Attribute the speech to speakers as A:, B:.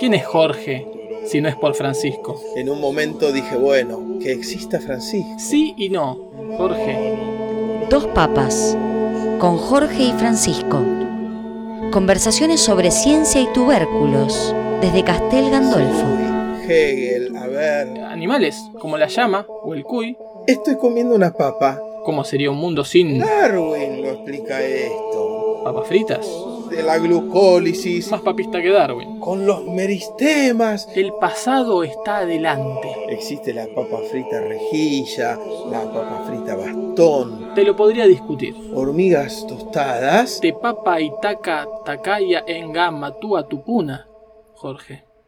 A: ¿Quién es Jorge si no es por Francisco?
B: En un momento dije, bueno, que exista Francisco.
A: Sí y no, Jorge.
C: Dos Papas, con Jorge y Francisco. Conversaciones sobre ciencia y tubérculos, desde Castel Gandolfo.
B: Hegel, a ver.
A: Animales, como la llama o el cuy,
B: Estoy comiendo una papa.
A: ¿cómo sería un mundo sin
B: Darwin lo explica esto.
A: papas fritas?
B: De la glucólisis,
A: Más papista que Darwin.
B: con los meristemas.
A: El pasado está adelante.
B: Existe la papa frita rejilla, la papa frita bastón,
A: Te lo podría discutir.
B: hormigas tostadas.
A: Te papa Itaca, Takaya, Engama, Tua, Tupuna, Jorge.